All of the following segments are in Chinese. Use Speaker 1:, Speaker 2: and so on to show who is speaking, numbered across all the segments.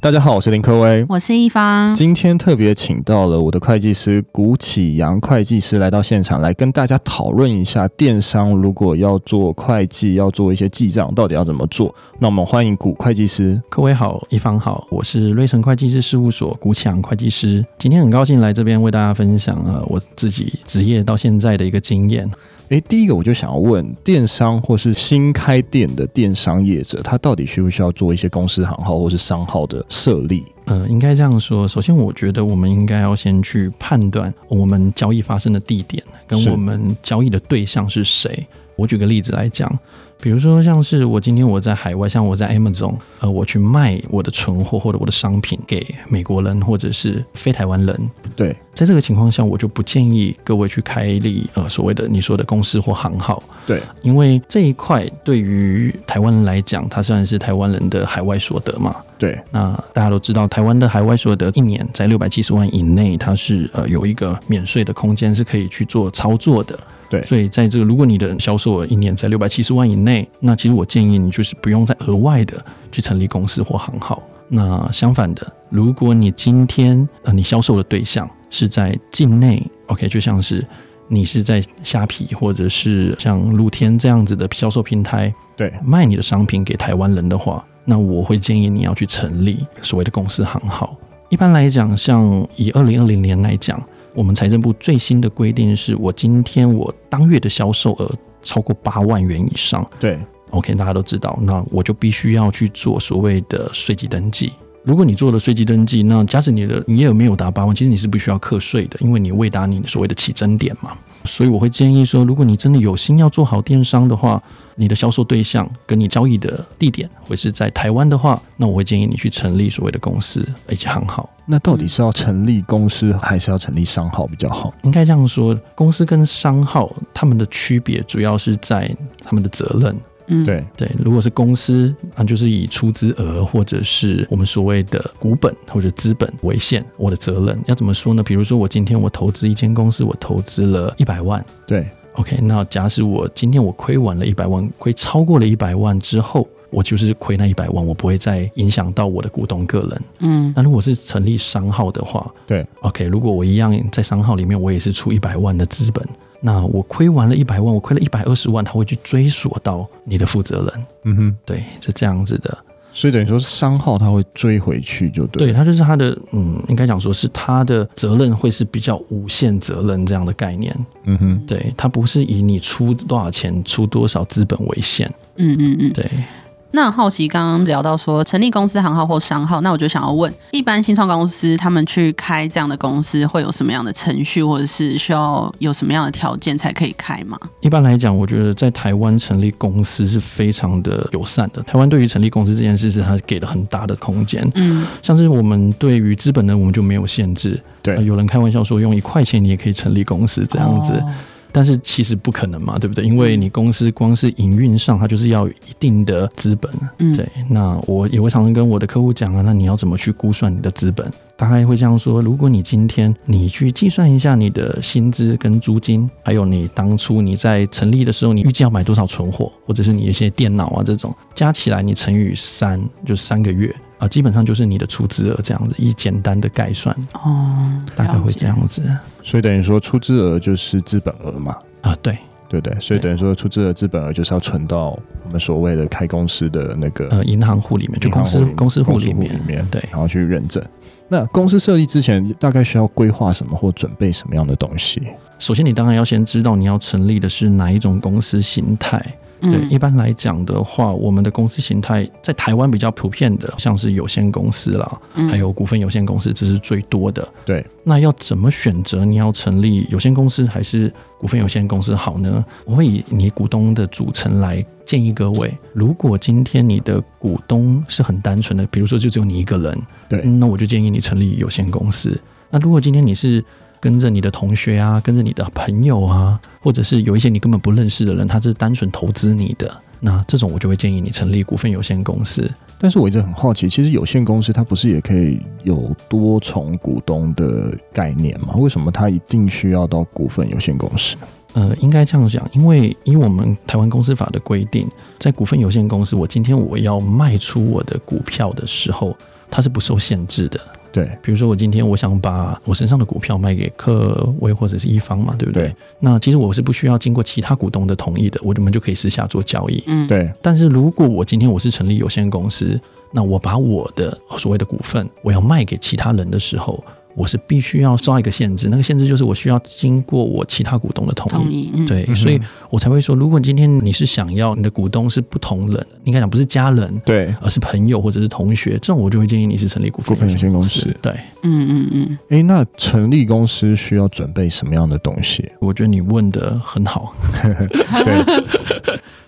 Speaker 1: 大家好，我是林科威。
Speaker 2: 我是一方，
Speaker 1: 今天特别请到了我的会计师谷启阳会计师来到现场，来跟大家讨论一下电商如果要做会计，要做一些记账，到底要怎么做？那我们欢迎谷会计师。
Speaker 3: 各位好，一方好，我是瑞诚会计师事务所古强会计师。今天很高兴来这边为大家分享呃我自己职业到现在的一个经验。
Speaker 1: 诶，第一个我就想要问，电商或是新开店的电商业者，他到底需不需要做一些公司行号或是商号的设立？
Speaker 3: 呃，应该这样说，首先我觉得我们应该要先去判断我们交易发生的地点跟
Speaker 1: 是
Speaker 3: 我们交易的对象是谁。我举个例子来讲，比如说像是我今天我在海外，像我在 Amazon，呃，我去卖我的存货或者我的商品给美国人或者是非台湾人，
Speaker 1: 对，
Speaker 3: 在这个情况下，我就不建议各位去开立呃所谓的你说的公司或行号，
Speaker 1: 对，
Speaker 3: 因为这一块对于台湾人来讲，它虽然是台湾人的海外所得嘛，
Speaker 1: 对，
Speaker 3: 那大家都知道，台湾的海外所得一年在六百七十万以内，它是呃有一个免税的空间，是可以去做操作的。
Speaker 1: 对
Speaker 3: 所以在这个如果你的销售额一年在六百七十万以内，那其实我建议你就是不用再额外的去成立公司或行号。那相反的，如果你今天呃你销售的对象是在境内，OK，就像是你是在虾皮或者是像露天这样子的销售平台，
Speaker 1: 对，
Speaker 3: 卖你的商品给台湾人的话，那我会建议你要去成立所谓的公司行号。一般来讲，像以二零二零年来讲，我们财政部最新的规定是，我今天我当月的销售额超过八万元以上
Speaker 1: 对，
Speaker 3: ，OK，大家都知道，那我就必须要去做所谓的税基登记。如果你做了税基登记，那假使你的营业额没有达八万，其实你是不需要课税的，因为你未达你所谓的起征点嘛。所以我会建议说，如果你真的有心要做好电商的话，你的销售对象跟你交易的地点会是在台湾的话，那我会建议你去成立所谓的公司以及行号。
Speaker 1: 那到底是要成立公司还是要成立商号比较好？
Speaker 3: 应该这样说，公司跟商号他们的区别主要是在他们的责任。
Speaker 2: 嗯，
Speaker 1: 对，
Speaker 3: 对，如果是公司啊，就是以出资额或者是我们所谓的股本或者资本为限，我的责任要怎么说呢？比如说我今天我投资一间公司，我投资了一百万
Speaker 1: 对，
Speaker 3: ，OK，那假使我今天我亏完了一百万，亏超过了一百万之后，我就是亏那一百万，我不会再影响到我的股东个人。
Speaker 2: 嗯，
Speaker 3: 那如果是成立商号的话，
Speaker 1: 对
Speaker 3: ，OK，如果我一样在商号里面，我也是出一百万的资本，那我亏完了一百万，我亏了一百二十万，他会去追索到你的负责人，
Speaker 1: 嗯哼，
Speaker 3: 对，是这样子的，
Speaker 1: 所以等于说商号他会追回去就对了。
Speaker 3: 对，他就是他的，嗯，应该讲说是他的责任会是比较无限责任这样的概念，
Speaker 1: 嗯哼，
Speaker 3: 对，他不是以你出多少钱、出多少资本为限，
Speaker 2: 嗯嗯嗯。
Speaker 3: 对，
Speaker 2: 那好奇刚刚聊到说成立公司行号或商号，那我就想要问，一般新创公司他们去开这样的公司会有什么样的程序，或者是需要有什么样的条件才可以开吗？
Speaker 3: 一般来讲，我觉得在台湾成立公司是非常的友善的。台湾对于成立公司这件事，是它给了很大的空间。
Speaker 2: 嗯，
Speaker 3: 像是我们对于资本呢，我们就没有限制。
Speaker 1: 对
Speaker 3: 呃有人开玩笑说，用一块钱你也可以成立公司这样子，
Speaker 2: 哦
Speaker 3: 但是其实不可能嘛，对不对？因为你公司光是营运上，它就是要有一定的资本。
Speaker 2: 嗯，
Speaker 3: 对，那我也会常常跟我的客户讲啊，那你要怎么去估算你的资本？大概会这样说：如果你今天你去计算一下你的薪资跟租金，还有你当初你在成立的时候，你预计要买多少存货，或者是你一些电脑啊这种，加起来你乘以三，就是三个月啊、基本上就是你的出资额这样子，以简单的概算，
Speaker 2: 哦，
Speaker 3: 大概会
Speaker 2: 了
Speaker 3: 这
Speaker 2: 解。
Speaker 3: 样子啊、
Speaker 1: 所以等于说出资额就是资本额嘛，
Speaker 3: 对，
Speaker 1: 对不对？所以等于说出资额资本额就是要存到我们所谓的开公司的那个
Speaker 3: 呃，银行户里面，就
Speaker 1: 银行
Speaker 3: 公司
Speaker 1: 户里
Speaker 3: 公司户里
Speaker 1: 里
Speaker 3: 面，
Speaker 1: 面，
Speaker 3: 对
Speaker 1: 然后去认证。那公司设立之前大概需要规划什么或准备什么样的东西？
Speaker 3: 首先你当然要先知道你要成立的是哪一种公司形态。对，一
Speaker 2: 嗯，
Speaker 3: 般来讲的话，我们的公司形态在台湾比较普遍的，像是有限公司啦，
Speaker 2: 嗯
Speaker 3: 还有股份有限公司，这是最多的。
Speaker 1: 对，
Speaker 3: 那要怎么选择你要成立有限公司还是股份有限公司好呢？我会以你股东的组成来建议各位。如果今天你的股东是很单纯的，比如说就只有你一个人，
Speaker 1: 对
Speaker 3: 嗯那我就建议你成立有限公司。那如果今天你是跟着你的同学啊，跟着你的朋友啊，或者是有一些你根本不认识的人，他是单纯投资你的，那这种我就会建议你成立股份有限公司。
Speaker 1: 但是我一直很好奇，其实有限公司它不是也可以有多重股东的概念吗？为什么它一定需要到股份有限公司？
Speaker 3: 呃，应该这样讲，因为以我们台湾公司法的规定，在股份有限公司，我今天我要卖出我的股票的时候，它是不受限制的。
Speaker 1: 对
Speaker 3: 比如说，我今天我想把我身上的股票卖给克威或者是一方嘛，对不对？
Speaker 1: 对
Speaker 3: 那其实我是不需要经过其他股东的同意的，我们就可以私下做交易。
Speaker 2: 嗯，
Speaker 1: 对
Speaker 3: 但是如果我今天我是成立有限公司，那我把我的所谓的股份我要卖给其他人的时候，我是必须要抓一个限制，那个限制就是我需要经过我其他股东的同意。
Speaker 2: 同意，嗯，
Speaker 3: 对，
Speaker 1: 嗯
Speaker 3: 所以我才会说，如果今天你是想要你的股东是不同人，呃应该讲不是家人，
Speaker 1: 对，
Speaker 3: 而是朋友或者是同学，这种我就会建议你是成立股份
Speaker 1: 股份
Speaker 3: 有
Speaker 1: 有限
Speaker 3: 限公
Speaker 1: 公
Speaker 3: 司
Speaker 1: 司。
Speaker 3: 对，
Speaker 2: 嗯嗯嗯，
Speaker 1: 诶，那成立公司需要准备什么样的东 西？
Speaker 3: 我觉得你问的很好。
Speaker 1: 对，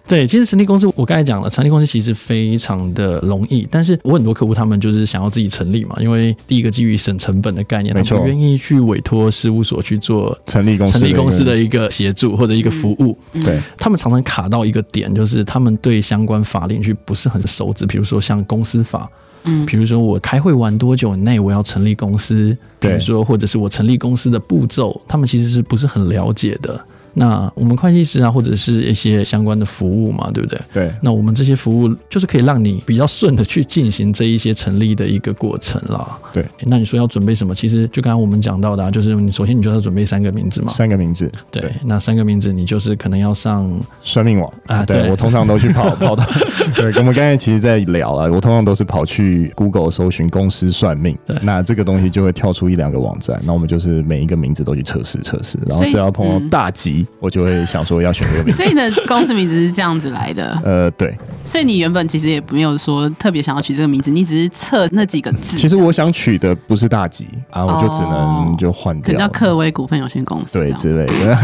Speaker 3: 对，其实成立公司我刚才讲了，成立公司其实非常的容易，但是我很多客户他们就是想要自己成立嘛，因为第一个基于省成本的概念，
Speaker 1: 没
Speaker 3: 他们
Speaker 1: 错
Speaker 3: 不愿意去委托事务所去做
Speaker 1: 成立公司，
Speaker 3: 成立公司的一个协助或者一个服务。
Speaker 2: 嗯
Speaker 1: 对，
Speaker 3: 他们常常卡到一个点，就是他们对相关法令去不是很熟知，比如说像公司法，
Speaker 2: 嗯
Speaker 3: 比如说我开会完多久以内我要成立公司，比
Speaker 1: 对
Speaker 3: 如说或者是我成立公司的步骤，他们其实是不是很了解的？那我们会计师啊，或者是一些相关的服务嘛，对不对？
Speaker 1: 对
Speaker 3: 那我们这些服务就是可以让你比较顺的去进行这一些成立的一个过程啦。
Speaker 1: 对
Speaker 3: 诶，那你说要准备什么？其实就刚刚我们讲到的、啊，就是你首先你就要准备三个名字嘛。
Speaker 1: 三个名字，
Speaker 3: 对
Speaker 1: 对，
Speaker 3: 那三个名字你就是可能要上
Speaker 1: 算命网
Speaker 3: 啊对
Speaker 1: 对我通常都去 跑跑到，对，我们刚才其实在聊啊，我通常都是跑去 Google 搜寻公司算命
Speaker 3: 对，
Speaker 1: 那这个东西就会跳出一两个网站，那我们就是每一个名字都去测试测试，然后
Speaker 2: 所以
Speaker 1: 只要碰
Speaker 2: 嗯
Speaker 1: 到大吉，我就会想说要选这个名 字，
Speaker 2: 所以你的公司名字是这样子来的，
Speaker 1: 呃，对，
Speaker 2: 所以你原本其实也没有说特别想要取这个名字，你只是测那几个字，
Speaker 1: 其实我想取的不是大吉啊，我就只
Speaker 2: 哦
Speaker 1: 能就换
Speaker 2: 可
Speaker 1: 掉
Speaker 2: 能
Speaker 1: 了，
Speaker 2: 叫克威股份有限公司这
Speaker 1: 对
Speaker 2: 样，
Speaker 1: 之类的，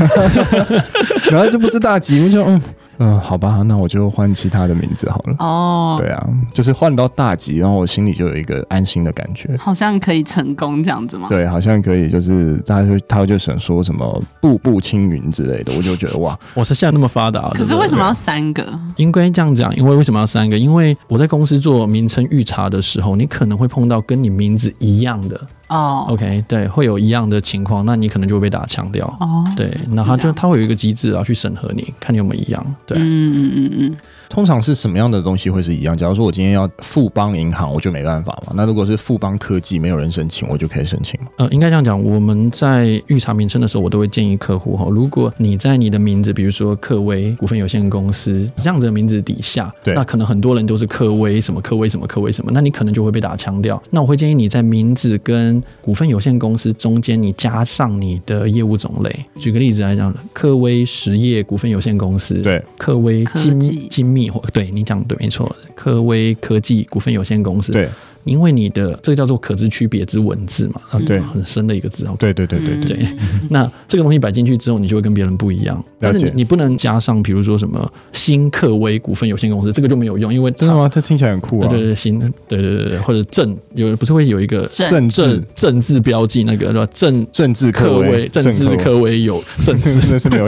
Speaker 1: 然后就不是大吉，我就嗯嗯、好吧，那我就换其他的名字好了。
Speaker 2: 哦，
Speaker 1: 对啊，就是换到大吉，然后我心里就有一个安心的感觉。
Speaker 2: 好像可以成功这样子吗？
Speaker 1: 对，好像可以，就是大家就他就想说什么步步青云之类的，我就觉得哇，
Speaker 3: 我是现在那么发达，啊
Speaker 2: 可是
Speaker 3: 对不对
Speaker 2: 为什么要三个？
Speaker 3: 应该这样讲？因为为什么要三个？因为我在公司做名称预查的时候，你可能会碰到跟你名字一样的
Speaker 2: 哦
Speaker 3: ，OK，对，会有一样的情况，那你可能就会被打枪掉。
Speaker 2: 哦，
Speaker 3: 对，那他
Speaker 2: 是这
Speaker 3: 就
Speaker 2: 样
Speaker 3: 他会有一个机制啊，去审核你，看你有没有一样。对，
Speaker 2: 嗯嗯嗯
Speaker 1: 通常是什么样的东西会是一样？假如说我今天要富邦银行，我就没办法嘛。那如果是富邦科技，没有人申请，我就可以申请嘛。
Speaker 3: 呃，应该这样讲，我们在预查名称的时候，我都会建议客户哈，如果你在你的名字，比如说克威股份有限公司这样子的名字底下，
Speaker 1: 对
Speaker 3: 那可能很多人都是克威什么克威什么克威什么，那你可能就会被打枪掉。那我会建议你在名字跟股份有限公司中间，你加上你的业务种类。举个例子来讲，克威实业股份有限公司，，
Speaker 1: 对
Speaker 3: 克威
Speaker 2: 科
Speaker 3: 精
Speaker 2: 技
Speaker 3: 精密或对你讲对没错，科威科技股份有限公司，
Speaker 1: 对
Speaker 3: 因为你的这个叫做可知区别之文字嘛，啊，
Speaker 1: 对
Speaker 3: 很深的一个字哦。
Speaker 1: 对对对对
Speaker 2: 嗯，
Speaker 1: 对，
Speaker 3: 对，那这个东西摆进去之后，你就会跟别人不一样。但是你
Speaker 1: 了解
Speaker 3: 你不能加上，比如说什么新克威股份有限公司，这个就没有用，因为它
Speaker 1: 真的？吗？这听起来很酷
Speaker 3: 对
Speaker 1: 啊！
Speaker 3: 对对，新对对对对，或者正有不是会有一个
Speaker 2: 正
Speaker 1: 政
Speaker 3: 正
Speaker 1: 治
Speaker 3: 政治标记那个对吧？正
Speaker 1: 政治
Speaker 3: 克
Speaker 1: 科
Speaker 3: 威政治
Speaker 1: 科。
Speaker 3: 克威有 政治
Speaker 1: 真的是没有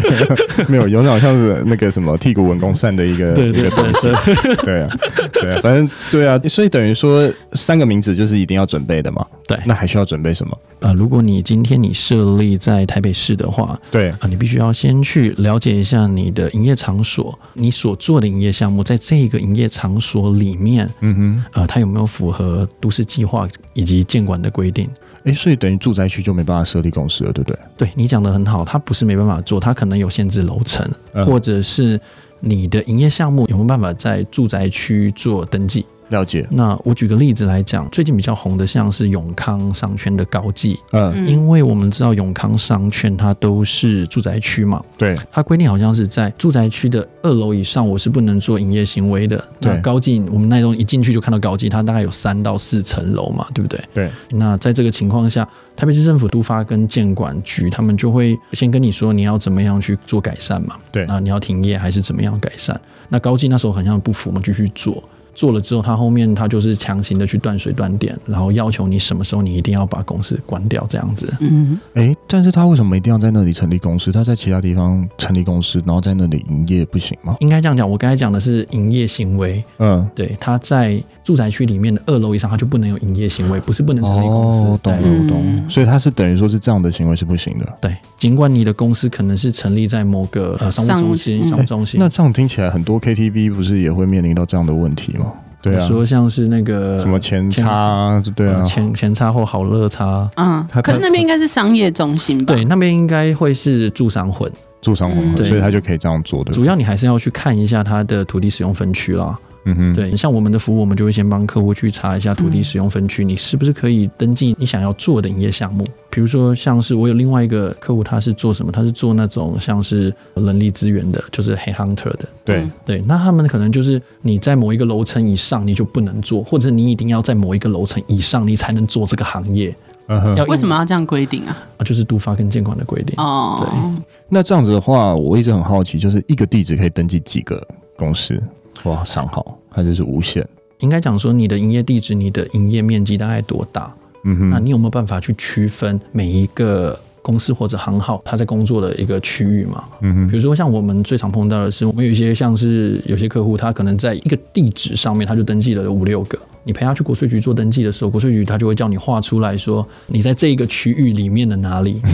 Speaker 1: 没有，有点好像是那个什么剔骨文工扇的一个
Speaker 3: 对对
Speaker 1: 一个东西，对啊，对啊，反正对啊，所以等于说三个名字就是一定要准备的嘛。
Speaker 3: 对
Speaker 1: 那还需要准备什么？
Speaker 3: 呃，如果你今天你设立在台北市的话，
Speaker 1: 对
Speaker 3: 啊，你必须要先去了解一下你的营业场所，你所做的营业项目，在这个营业场所里面，
Speaker 1: 嗯哼，
Speaker 3: 呃，它有没有符合都市计划以及建管的规定？
Speaker 1: 诶，所以等于住宅区就没办法设立公司了，对不对？
Speaker 3: 对你讲的很好，它不是没办法做，它可能有限制楼层，
Speaker 1: 嗯
Speaker 3: 或者是你的营业项目有没有办法在住宅区做登记？
Speaker 1: 了解，
Speaker 3: 那我举个例子来讲，最近比较红的像是永康商圈的高记，
Speaker 1: 嗯，
Speaker 2: 嗯
Speaker 3: 因为我们知道永康商圈它都是住宅区嘛，
Speaker 1: 对
Speaker 3: 它规定好像是在住宅区的二楼以上，我是不能做营业行为的。
Speaker 1: 对
Speaker 3: 那高技，我们那栋一进去就看到高技，它大概有三到四层楼嘛，对不对？
Speaker 1: 对，
Speaker 3: 那在这个情况下，台北市政府都发跟建管局，他们就会先跟你说你要怎么样去做改善嘛。
Speaker 1: 对
Speaker 3: 那你要停业还是怎么样改善？那高技那时候好像不服嘛，继续做。做了之后，他后面他就是强行的去断水断电，然后要求你什么时候你一定要把公司关掉这样子。
Speaker 2: 嗯，
Speaker 1: 诶，但是他为什么一定要在那里成立公司？他在其他地方成立公司，然后在那里营业不行吗？
Speaker 3: 应该这样讲，我刚才讲的是营业行为，
Speaker 1: 嗯，
Speaker 3: 对，他在住宅区里面的二楼以上，他就不能有营业行为，不是不能成立公司。
Speaker 1: 哦，懂
Speaker 3: 对
Speaker 1: 了，我
Speaker 2: 嗯
Speaker 1: 懂。所以他是等于说是这样的行为是不行的。
Speaker 3: 对，尽管你的公司可能是成立在某个呃商务中心、
Speaker 1: 嗯
Speaker 2: 商务
Speaker 3: 商务中心，
Speaker 1: 那这样听起来，很多 KTV 不是也会面临到这样的问题吗？对啊，
Speaker 3: 说像是那个
Speaker 1: 什么前叉啊，对啊，
Speaker 3: 呃前前叉或好乐叉，
Speaker 2: 嗯，
Speaker 1: 他
Speaker 2: 可是那边应该是商业中心吧？
Speaker 3: 对，，那边应该会是住商混。
Speaker 1: 住商混合，
Speaker 2: 嗯
Speaker 3: 对
Speaker 1: 所以他就可以这样做，对
Speaker 3: 主
Speaker 1: 吧？
Speaker 3: 要你还是要去看一下它的土地使用分区啦。
Speaker 1: 嗯哼，
Speaker 3: 对，像我们的服务，我们就会先帮客户去查一下土地使用分
Speaker 1: 嗯
Speaker 3: 区，你是不是可以登记你想要做的营业项目。比如说，像是我有另外一个客户，他是做什么？他是做那种像是人力资源的，就是黑 hunter 的。
Speaker 1: 对
Speaker 2: 嗯，
Speaker 3: 对，那他们可能就是你在某一个楼层以上你就不能做，或者你一定要在某一个楼层以上你才能做这个行业。
Speaker 1: 嗯哼。
Speaker 3: 要
Speaker 2: 为什么要这样规定啊？
Speaker 3: 啊？就是都发跟监管的规定。
Speaker 2: 哦，
Speaker 1: 那这样子的话，我一直很好奇，就是一个地址可以登记几个公司？哇，商号它就是无限。
Speaker 3: 应该讲说你的营业地址、你的营业面积大概多大？
Speaker 1: 嗯哼，
Speaker 3: 那你有没有办法去区分每一个公司或者行号它在工作的一个区域嘛？
Speaker 1: 嗯
Speaker 3: 比
Speaker 1: 哼，
Speaker 3: 如说像我们最常碰到的是，我们有一些像是有些客户，他可能在一个地址上面他就登记了五六个。你陪他去国税局做登记的时候，国税局他就会叫你画出来说你在这一个区域里面的哪里，
Speaker 1: 嗯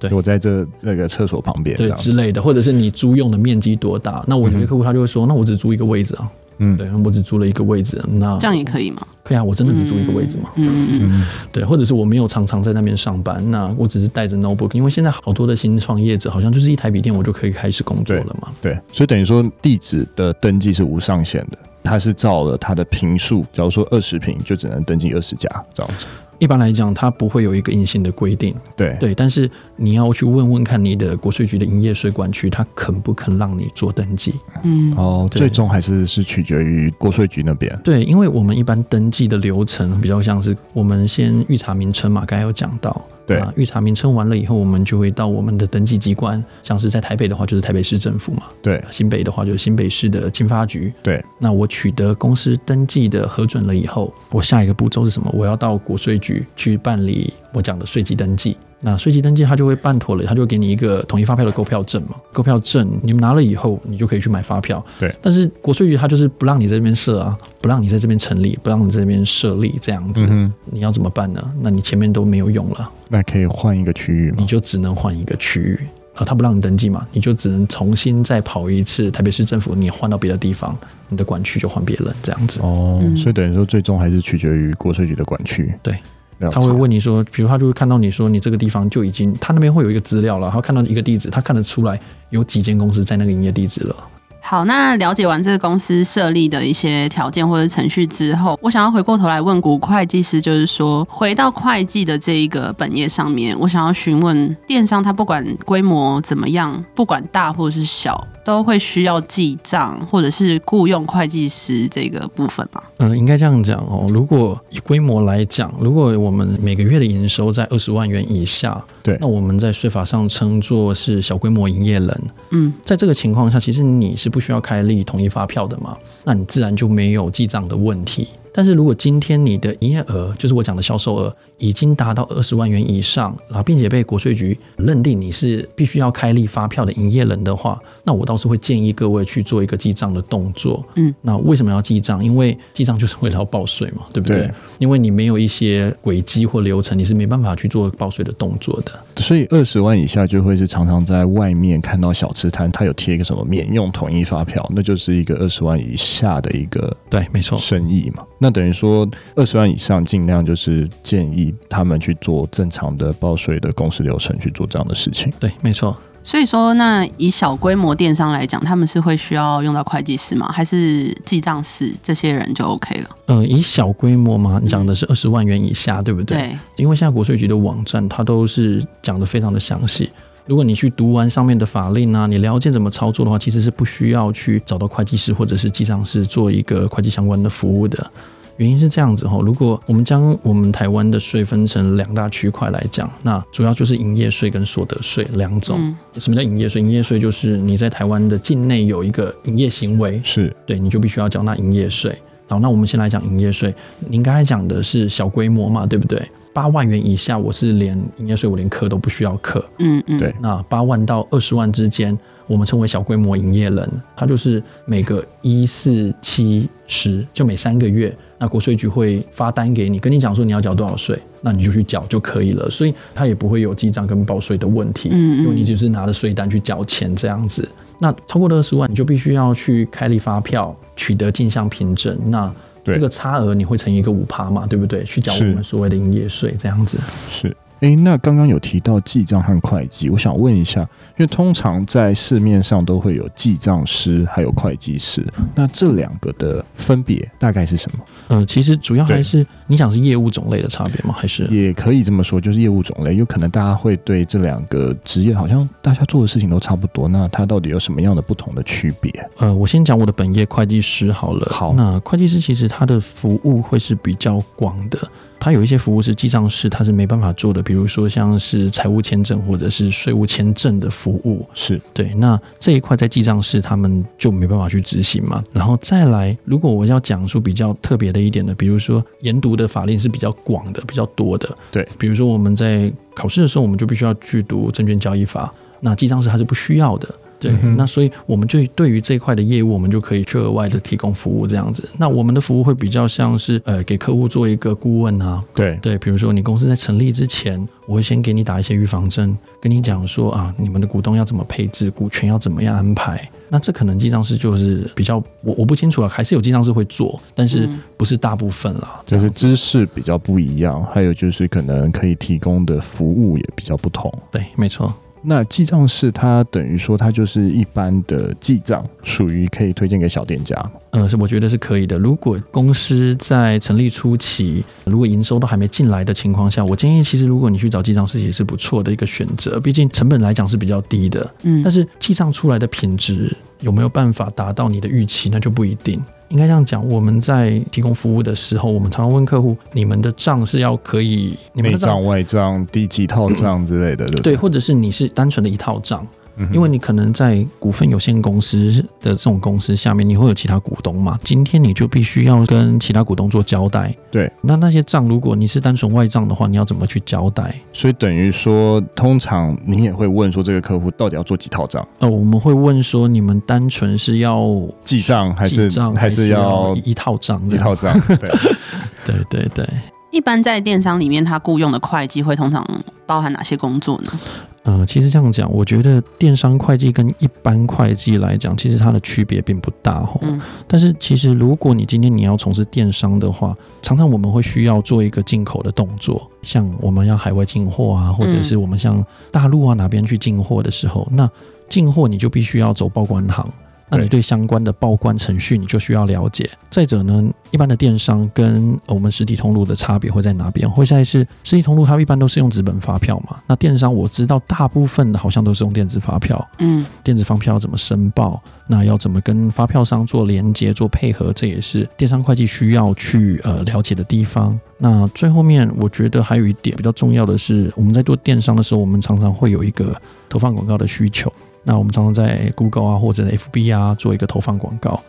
Speaker 3: 对
Speaker 1: 我在这这个厕所旁边，
Speaker 3: 对
Speaker 1: 这样
Speaker 3: 之类的，或者是你租用的面积多大。那我有些客户他就会说，那我只租一个位置啊，
Speaker 1: 嗯
Speaker 3: 对，我只租了一个位置，那
Speaker 2: 这样也可以吗？
Speaker 3: 可以啊，我真的只租一个位置嘛，
Speaker 2: 嗯，嗯
Speaker 1: 嗯
Speaker 3: 对，或者是我没有常常在那边上班，那我只是带着 notebook，因为现在好多的新创业者好像就是一台笔电我就可以开始工作了嘛，
Speaker 1: 对，所以等于说地址的登记是无上限的，它是照了它的平数，假如说二十平就只能登记二十家这样子。
Speaker 3: 一般来讲，它不会有一个硬性的规定，
Speaker 1: 对，
Speaker 3: 对。但是你要去问问看你的国税局的营业税管区，它肯不肯让你做登记？
Speaker 2: 嗯，
Speaker 1: 哦，
Speaker 3: 对
Speaker 1: 最终还是是取决于国税局那边。
Speaker 3: 对，因为我们一般登记的流程比较像是我们先预查名称嘛，刚才有讲到。
Speaker 1: 对
Speaker 3: 那预查名称完了以后，我们就会到我们的登记机关，像是在台北的话就是台北市政府嘛，
Speaker 1: 对，
Speaker 3: 新北的话就是新北市的经发局。
Speaker 1: 对，
Speaker 3: 那我取得公司登记的核准了以后，我下一个步骤是什么？我要到国税局去办理我讲的税籍登记。那税籍登记他就会办妥了，他就会给你一个统一发票的购票证嘛。购票证你们拿了以后，你就可以去买发票。
Speaker 1: 对，
Speaker 3: 但是国税局他就是不让你在这边设啊，不让你在这边成立，不让你在这边设立这样子，
Speaker 1: 嗯哼，
Speaker 3: 你要怎么办呢？那你前面都没有用了。
Speaker 1: 那可以换一个区域
Speaker 3: 你
Speaker 1: 吗？
Speaker 3: 就只能换一个区域。呃，他不让你登记嘛，你就只能重新再跑一次台北市政府，你换到别的地方，你的管区就换别人这样子。
Speaker 1: 哦，
Speaker 2: 嗯
Speaker 1: 所以等于说最终还是取决于国税局的管区。
Speaker 3: 对
Speaker 1: 了解，
Speaker 3: 他会问你说，比如他就会看到你说你这个地方就已经，他那边会有一个资料了，他看到一个地址，他看得出来有几间公司在那个营业地址了。
Speaker 2: 好，那了解完这个公司设立的一些条件或者程序之后，我想要回过头来问古会计师，就是说回到会计的这一个本业上面，我想要询问电商，它不管规模怎么样，不管大或者是小，都会需要记账或者是雇佣会计师这个部分吗？
Speaker 3: 嗯，应该这样讲哦。如果以规模来讲，如果我们每个月的营收在二十万元以下，
Speaker 1: 对
Speaker 3: 那我们在税法上称作是小规模营业人。
Speaker 2: 嗯，
Speaker 3: 在这个情况下，其实你是不需要开立统一发票的嘛，那你自然就没有记账的问题。但是如果今天你的营业额，就是我讲的销售额，已经达到二十万元以上，然后并且被国税局认定你是必须要开立发票的营业人的话，那我倒是会建议各位去做一个记账的动作。
Speaker 2: 嗯，
Speaker 3: 那为什么要记账？因为记账就是为了要报税嘛，对不
Speaker 1: 对
Speaker 3: 因为你没有一些轨迹或流程，你是没办法去做报税的动作的。
Speaker 1: 所以二十万以下就会是常常在外面看到小吃摊，它有贴一个什么免用统一发票，那就是一个二十万以下的一个
Speaker 3: 对，没错。
Speaker 1: 生意嘛。那等于说二十万以上，尽量就是建议他们去做正常的报税的公司流程去做这样的事情。
Speaker 3: 对，没错。
Speaker 2: 所以说，那以小规模电商来讲，他们是会需要用到会计师吗？还是记账师这些人就 OK 了？
Speaker 3: 呃，以小规模嘛，你讲的是二十万元以下，对不对？。
Speaker 2: 对，
Speaker 3: 因为现在国税局的网站，它都是讲的非常的详细。如果你去读完上面的法令啊，你了解怎么操作的话，其实是不需要去找到会计师或者是记账师做一个会计相关的服务的。原因是这样子哦哈，如果我们将我们台湾的税分成两大区块来讲，那主要就是营业税跟所得税两种。
Speaker 2: 嗯
Speaker 3: 什么叫营业税？营业税就是你在台湾的境内有一个营业行为，
Speaker 1: 是
Speaker 3: 对，你就必须要缴纳营业税。好，那我们先来讲营业税。您刚才讲的是小规模嘛，对不对？八万元以下，我是连营业税我连课都不需要课。
Speaker 2: 嗯嗯，
Speaker 1: 对
Speaker 3: 那八万到二十万之间，我们称为小规模营业人，他就是每个一四七十，就每三个月，那国税局会发单给你，跟你讲说你要缴多少税，那你就去缴就可以了，所以他也不会有记账跟报税的问题，
Speaker 2: 嗯嗯
Speaker 3: 因为你只是拿着税单去缴钱这样子。那超过了二十万，你就必须要去开立发票，取得进项凭证。那
Speaker 1: 对
Speaker 3: 这个差额你会乘以一个五趴嘛，对不对？去缴我
Speaker 1: 是
Speaker 3: 们所谓的营业税这样子。
Speaker 1: 是。诶，那刚刚有提到记账和会计，我想问一下，因为通常在市面上都会有记账师还有会计师，那这两个的分别大概是什么？
Speaker 3: 呃，其实主要还
Speaker 1: 对
Speaker 3: 是你想是业务种类的差别吗？还是
Speaker 1: 也可以这么说，就是业务种类，有可能大家会对这两个职业好像大家做的事情都差不多，那它到底有什么样的不同的区别？
Speaker 3: 呃，我先讲我的本业会计师好了。
Speaker 1: 好
Speaker 3: 那会计师其实他的服务会是比较广的，他有一些服务是记账师他是没办法做的，比如说像是财务签证或者是税务签证的服务。
Speaker 1: 是
Speaker 3: 对，那这一块在记账室他们就没办法去执行嘛。然后再来，如果我要讲述比较特别的一点的，比如说研读的法令是比较广的、比较多的。
Speaker 1: 对，
Speaker 3: 比如说我们在考试的时候，我们就必须要去读证券交易法，那记账室它是不需要的。对
Speaker 1: 嗯，哼
Speaker 3: 那所以我们就对于这一块的业务，我们就可以去额外的提供服务这样子。那我们的服务会比较像是呃，给客户做一个顾问啊，
Speaker 1: 对
Speaker 3: 对，比如说你公司在成立之前，我会先给你打一些预防针，跟你讲说啊，你们的股东要怎么配置，股权要怎么样安排。那这可能记账师就是比较我我不清楚啊了，还是有记账师会做，但是
Speaker 2: 嗯
Speaker 3: 不是大部分啦。这
Speaker 1: 就
Speaker 3: 样
Speaker 1: 是知识比较不一样，还有就是可能可以提供的服务也比较不同。
Speaker 3: 对，没错。
Speaker 1: 那记账室它等于说它就是一般的记账，属于可以推荐给小店家。
Speaker 3: 呃，是我觉得是可以的。如果公司在成立初期，如果营收都还没进来的情况下，我建议其实如果你去找记账师也是不错的一个选择，毕竟成本来讲是比较低的。
Speaker 2: 嗯，
Speaker 3: 但是记账出来的品质有没有办法达到你的预期，那就不一定。应该这样讲，我们在提供服务的时候，我们常常问客户：你们的账是要可以，你们
Speaker 1: 内
Speaker 3: 的账
Speaker 1: 账、外账、第几套账之类的，对不
Speaker 3: 对，
Speaker 1: 对？
Speaker 3: 或者是你是单纯的一套账，
Speaker 1: 嗯哼
Speaker 3: 因为你可能在股份有限公司的这种公司下面，你会有其他股东嘛？今天你就必须要跟其他股东做交代。
Speaker 1: 对，
Speaker 3: 那那些账，如果你是单纯外账的话，你要怎么去交代？
Speaker 1: 所以等于说，通常你也会问说这个客户到底要做几套账，
Speaker 3: 呃，我们会问说，你们单纯是要
Speaker 1: 记账还
Speaker 3: 记
Speaker 1: 是
Speaker 3: 账，
Speaker 1: 还
Speaker 3: 是
Speaker 1: 是要
Speaker 3: 一一套账这
Speaker 1: 一
Speaker 3: 样？
Speaker 1: 套账？对，
Speaker 3: 对对对。
Speaker 2: 一般在电商里面，他雇佣的会计会通常包含哪些工作呢？
Speaker 3: 呃，其实这样讲，我觉得电商会计跟一般会计来讲，其实它的区别并不大吼。
Speaker 2: 嗯
Speaker 3: 但是其实如果你今天你要从事电商的话，常常我们会需要做一个进口的动作，像我们要海外进货啊，或者是我们像大陆啊哪边去进货的时候，那进货你就必须要走报关行。那你
Speaker 1: 对
Speaker 3: 对相关的报关程序你就需要了解。再者呢，一般的电商跟我们实体通路的差别会在哪边？会在是实体通路它一般都是用纸本发票嘛，那电商我知道大部分的好像都是用电子发票，
Speaker 2: 嗯
Speaker 3: 电子发票要怎么申报，那要怎么跟发票商做连接、做配合，这也是电商会计需要去呃了解的地方。那最后面，我觉得还有一点比较重要的是，我们在做电商的时候，我们常常会有一个投放广告的需求。那我们常常在 Google 啊或者 FB 啊做一个投放广告。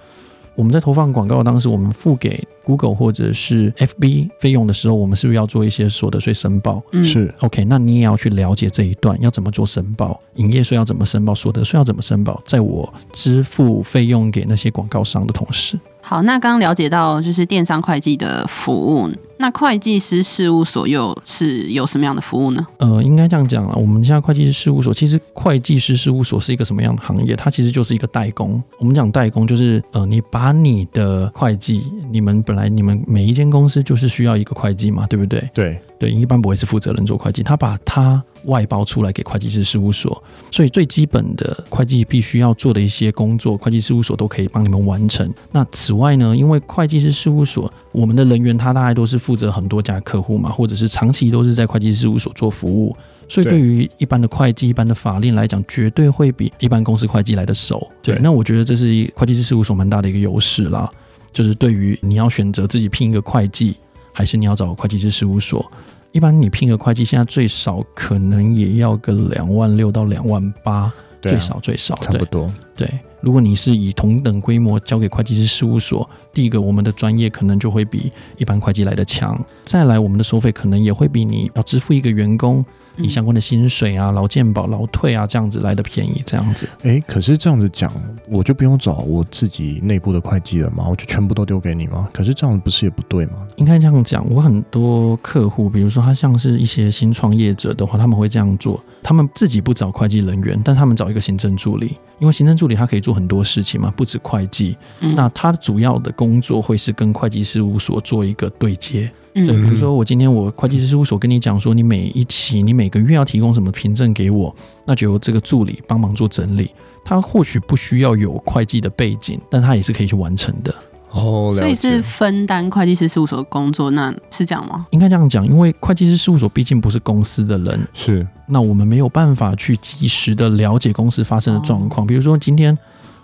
Speaker 3: 我们在投放广告当时，我们付给 Google 或者是 FB 费用的时候，我们是不是要做一些所得税申报？
Speaker 2: 嗯，
Speaker 1: 是
Speaker 3: OK，那你也要去了解这一段要怎么做申报，营业税要怎么申报，所得税要怎么申报，在我支付费用给那些广告商的同时，
Speaker 2: 好，那刚刚了解到就是电商会计的服务，那会计师事务所又是有什么样的服务呢？
Speaker 3: 呃，应该这样讲了。我们现在会计师事务所，其实会计师事务所是一个什么样的行业？它其实就是一个代工。我们讲代工，就是呃，你把你的会计，你们本来你们每一间公司就是需要一个会计嘛，对不对？
Speaker 1: 对，
Speaker 3: 对，一般不会是负责人做会计，他把它外包出来给会计师事务所，所以最基本的会计必须要做的一些工作，会计事务所都可以帮你们完成。那此外呢，因为会计师事务所我们的人员他大概都是负责很多家客户嘛，或者是长期都是在会计师事务所做服务，所以
Speaker 1: 对
Speaker 3: 对于一般的会计、一般的法令来讲，绝对会比一般公司会计来的熟。对，
Speaker 1: 对
Speaker 3: 那我觉得这是一会计师事务所蛮大的一个优势啦，就是对于你要选择自己聘一个会计，还是你要找会计师事务所。一般你聘个会计，现在最少可能也要个两万六到两万八，
Speaker 1: 对啊
Speaker 3: 最少最少，
Speaker 1: 差不
Speaker 3: 对
Speaker 1: 多。
Speaker 3: 对。如果你是以同等规模交给会计师事务所，第一个我们的专业可能就会比一般会计来的强，再来我们的收费可能也会比你要支付一个员工你相关的薪水啊、劳健保、劳退啊这样子来的便宜，这样子。
Speaker 1: 诶，可是这样子讲，我就不用找我自己内部的会计了吗？我就全部都丢给你吗？可是这样不是也不对吗？
Speaker 3: 应该这样讲，我很多客户，比如说他像是一些新创业者的话，他们会这样做，他们自己不找会计人员，但他们找一个行政助理，因为行政助理他可以做很多事情嘛，不止会计。
Speaker 2: 嗯
Speaker 3: 那他主要的工作会是跟会计事务所做一个对接。
Speaker 2: 嗯
Speaker 3: 对，比
Speaker 1: 嗯
Speaker 3: 如说我今天我会计师事务所跟你讲说，你每一期你每个月要提供什么凭证给我，那就由这个助理帮忙做整理。他或许不需要有会计的背景，但他也是可以去完成的。
Speaker 1: 哦，
Speaker 2: 所
Speaker 1: 了
Speaker 2: 以
Speaker 1: 解
Speaker 2: 是分担会计师事务所的工作，那是这样吗？
Speaker 3: 应该这样讲，因为会计师事务所毕竟不是公司的人，
Speaker 1: 是
Speaker 3: 那我们没有办法去及时的了解公司发生的状况。比如说今天，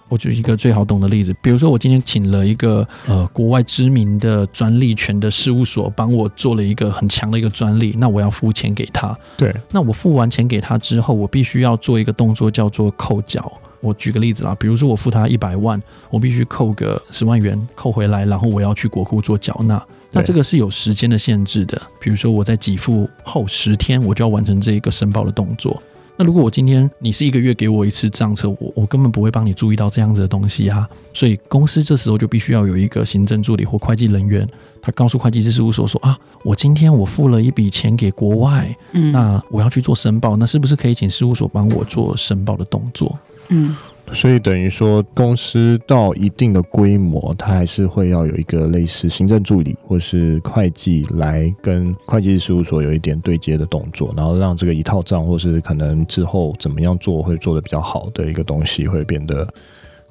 Speaker 3: 我举一个最好懂的例子，比如说我今天请了一个呃国外知名的专利权的事务所帮我做了一个很强的一个专利，那我要付钱给他。
Speaker 1: 对，
Speaker 3: 那我付完钱给他之后，我必须要做一个动作叫做扣缴。我举个例子啦，比如说我付他一百万，我必须扣个十万元扣回来，然后我要去国库做缴纳。那
Speaker 1: 对
Speaker 3: 这个是有时间的限制的，比如说我在给付后十天，我就要完成这一个申报的动作。那如果我今天你是一个月给我一次账册，我我根本不会帮你注意到这样子的东西啊，所以公司这时候就必须要有一个行政助理或会计人员，他告诉会计师事务所说啊，我今天我付了一笔钱给国外，
Speaker 2: 嗯，
Speaker 3: 那我要去做申报，那是不是可以请事务所帮我做申报的动作？
Speaker 2: 嗯
Speaker 1: 所以等于说，公司到一定的规模，它还是会要有一个类似行政助理或是会计来跟会计师事务所有一点对接的动作，然后让这个一套账或是可能之后怎么样做会做得比较好的一个东西会变得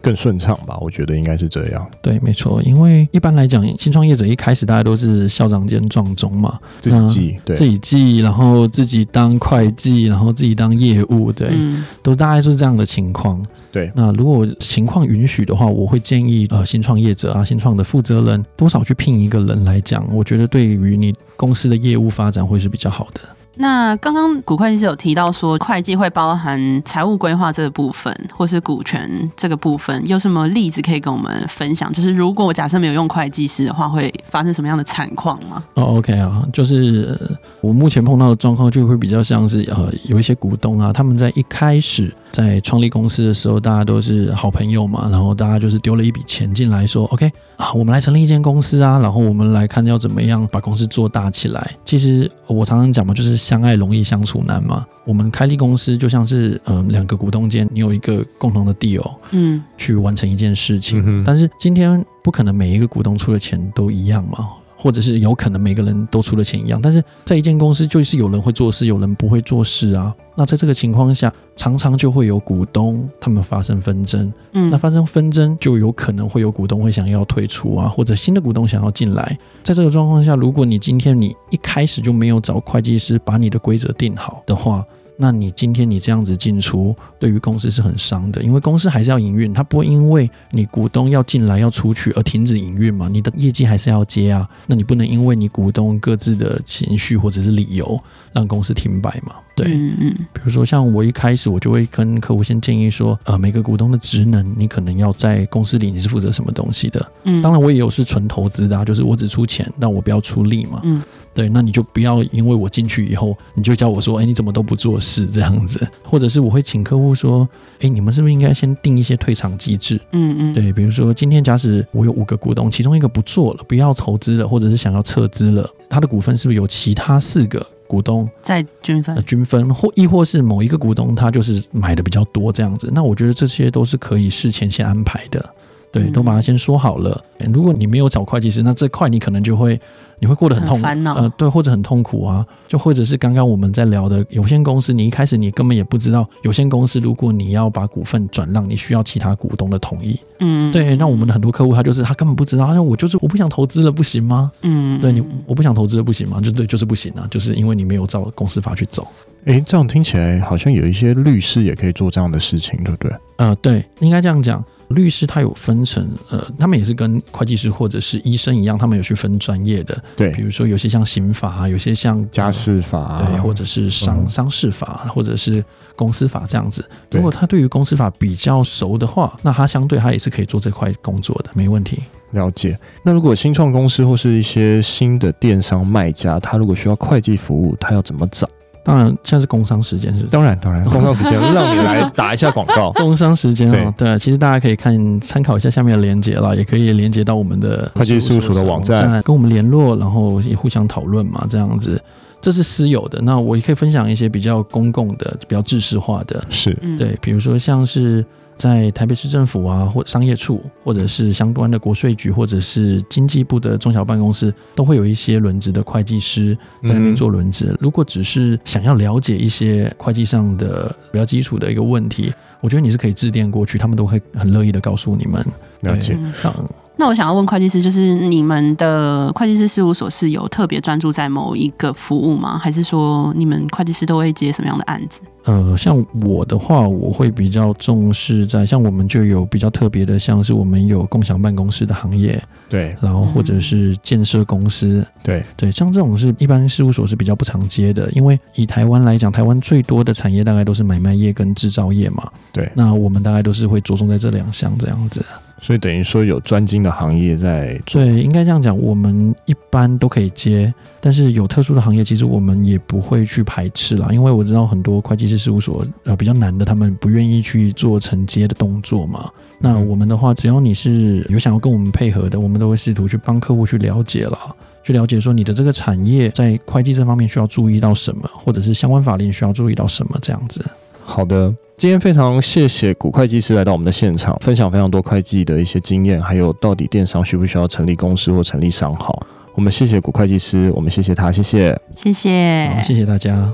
Speaker 1: 更顺畅吧。我觉得应该是这样，
Speaker 3: 对，没错，因为一般来讲，新创业者一开始大家都是校长兼撞钟嘛，
Speaker 1: 自己记、对
Speaker 3: 自己记，然后自己当会计，然后自己当业务，对，
Speaker 2: 嗯
Speaker 3: 都大概是这样的情况。
Speaker 1: 对
Speaker 3: 那如果情况允许的话，我会建议呃新创业者啊，新创的负责人多少去聘一个人来讲，我觉得对于你公司的业务发展会是比较好的。
Speaker 2: 那刚刚古会计师有提到说，会计会包含财务规划这个部分，或是股权这个部分，有什么例子可以跟我们分享？就是如果我假设没有用会计师的话，会发生什么样的惨况吗？
Speaker 3: 哦，OK 啊，就是呃我目前碰到的状况就会比较像是呃，有一些股东啊，他们在一开始在创立公司的时候，大家都是好朋友嘛，然后大家就是丢了一笔钱进来说，OK 啊，我们来成立一间公司啊，然后我们来看要怎么样把公司做大起来。其实呃我常常讲嘛，就是相爱容易相处难嘛。我们开立公司就像是嗯、呃两个股东间，你有一个共同的 deal
Speaker 2: 嗯
Speaker 3: 去完成一件事情，
Speaker 1: 嗯哼
Speaker 3: 但是今天不可能每一个股东出的钱都一样嘛，或者是有可能每个人都出的钱一样，但是在一间公司就是有人会做事，有人不会做事啊。那在这个情况下，常常就会有股东他们发生纷争，
Speaker 2: 嗯
Speaker 3: 那发生纷争就有可能会有股东会想要退出啊，或者新的股东想要进来。在这个状况下，如果你今天你一开始就没有找会计师把你的规则定好的话，那你今天你这样子进出，对于公司是很伤的，因为公司还是要营运，它不会因为你股东要进来要出去而停止营运嘛，你的业绩还是要接啊。那你不能因为你股东各自的情绪或者是理由让公司停摆嘛，对。
Speaker 2: 嗯嗯
Speaker 3: 比如说，像我一开始我就会跟客户先建议说，呃，每个股东的职能，你可能要在公司里你是负责什么东西的。
Speaker 2: 嗯，
Speaker 3: 当然，我也有是纯投资的、啊，就是我只出钱，但我不要出力嘛。
Speaker 2: 嗯，
Speaker 3: 对，那你就不要因为我进去以后，你就叫我说，哎，你怎么都不做事这样子，或者是我会请客户说，哎，你们是不是应该先定一些退场机制？
Speaker 2: 嗯嗯
Speaker 3: 对，比如说今天假使我有五个股东，其中一个不做了，不要投资了，或者是想要撤资了，他的股份是不是有其他四个股东
Speaker 2: 再均分
Speaker 3: 呃、，均分，或亦或是某一个股东他就是买的比较多这样子，那我觉得这些都是可以事前先安排的，对，
Speaker 2: 嗯
Speaker 3: 都把它先说好了。诶如果你没有找会计师，那这块你可能就会你会过得很
Speaker 2: 很
Speaker 3: 痛
Speaker 2: 烦恼
Speaker 3: 呃，对，或者很痛苦啊，就或者是刚刚我们在聊的有限公司，你一开始你根本也不知道有限公司，如果你要把股份转让，你需要其他股东的同意。
Speaker 2: 嗯，
Speaker 3: 对，那我们的很多客户他就是他根本不知道，他说我就是我不想投资了，不行吗？
Speaker 2: 嗯，
Speaker 3: 对你，我不想投资了，不行吗？就对，就是不行啊，就是因为你没有照公司法去走。
Speaker 1: 诶，这样听起来好像有一些律师也可以做这样的事情，对不对？
Speaker 3: 呃，对，应该这样讲。律师他有分成，呃，他们也是跟会计师或者是医生一样，他们有去分专业的，比
Speaker 1: 对，
Speaker 3: 如说有些像刑法啊，有些像
Speaker 1: 家、事法、
Speaker 3: 呃对，或者是商、
Speaker 1: 嗯
Speaker 3: 商事法，啊或者是公司法这样子。
Speaker 1: 对
Speaker 3: 如果他对于公司法比较熟的话，那他相对他也是可以做这块工作的，没问题。
Speaker 1: 了解。那如果新创公司或是一些新的电商卖家，他如果需要会计服务，他要怎么找？
Speaker 3: 当然，现在是工商时间，是不是？
Speaker 1: 当然，当然，工商时间让你来打一下广 告。
Speaker 3: 工商时间哦，对，其实大家可以看参考一下下面的连接啦，也可以连接到我们的
Speaker 1: 会计事务所的网站
Speaker 3: 跟我们联络，然后也互相讨论嘛，这样子。这是私有的，那我也可以分享一些比较公共的、比较制式化的，
Speaker 1: 是，
Speaker 2: 嗯
Speaker 3: 对，比如说像是在台北市政府啊，或商业处，或者是相关的国税局，或者是经济部的中小办公室，都会有一些轮值的会计师
Speaker 1: 嗯
Speaker 3: 在那边做轮值。如果只是想要了解一些会计上的比较基础的一个问题，我觉得你是可以致电过去，他们都会很乐意的告诉你们。
Speaker 1: 了解。
Speaker 2: 嗯
Speaker 3: 像
Speaker 2: 那我想要问会计师，就是你们的会计师事务所是有特别专注在某一个服务吗？还是说你们会计师都会接什么样的案子？
Speaker 3: 呃，像我的话，我会比较重视在像我们就有比较特别的，像是我们有共享办公室的行业，
Speaker 1: 对
Speaker 3: 然后或者是建设公司，
Speaker 1: 对，
Speaker 3: 对，像这种是一般事务所是比较不常接的，因为以台湾来讲，台湾最多的产业大概都是买卖业跟制造业嘛，
Speaker 1: 对
Speaker 3: 那我们大概都是会着重在这两项这样子。
Speaker 1: 所以等于说有专精的行业在做。
Speaker 3: 对，应该这样讲，我们一般都可以接，但是有特殊的行业，其实我们也不会去排斥啦，因为我知道很多会计师事务所呃比较难的，他们不愿意去做承接的动作嘛。那我们的话，只要你是有想要跟我们配合的，我们都会试图去帮客户去了解啦。去了解说你的这个产业在会计这方面需要注意到什么，或者是相关法令需要注意到什么这样子。
Speaker 1: 好的，今天非常谢谢古会计师来到我们的现场，分享非常多会计的一些经验，还有到底电商需不需要成立公司或成立商号。我们谢谢古会计师，我们谢谢他，谢谢。
Speaker 2: 谢谢
Speaker 3: 好，，谢谢大家。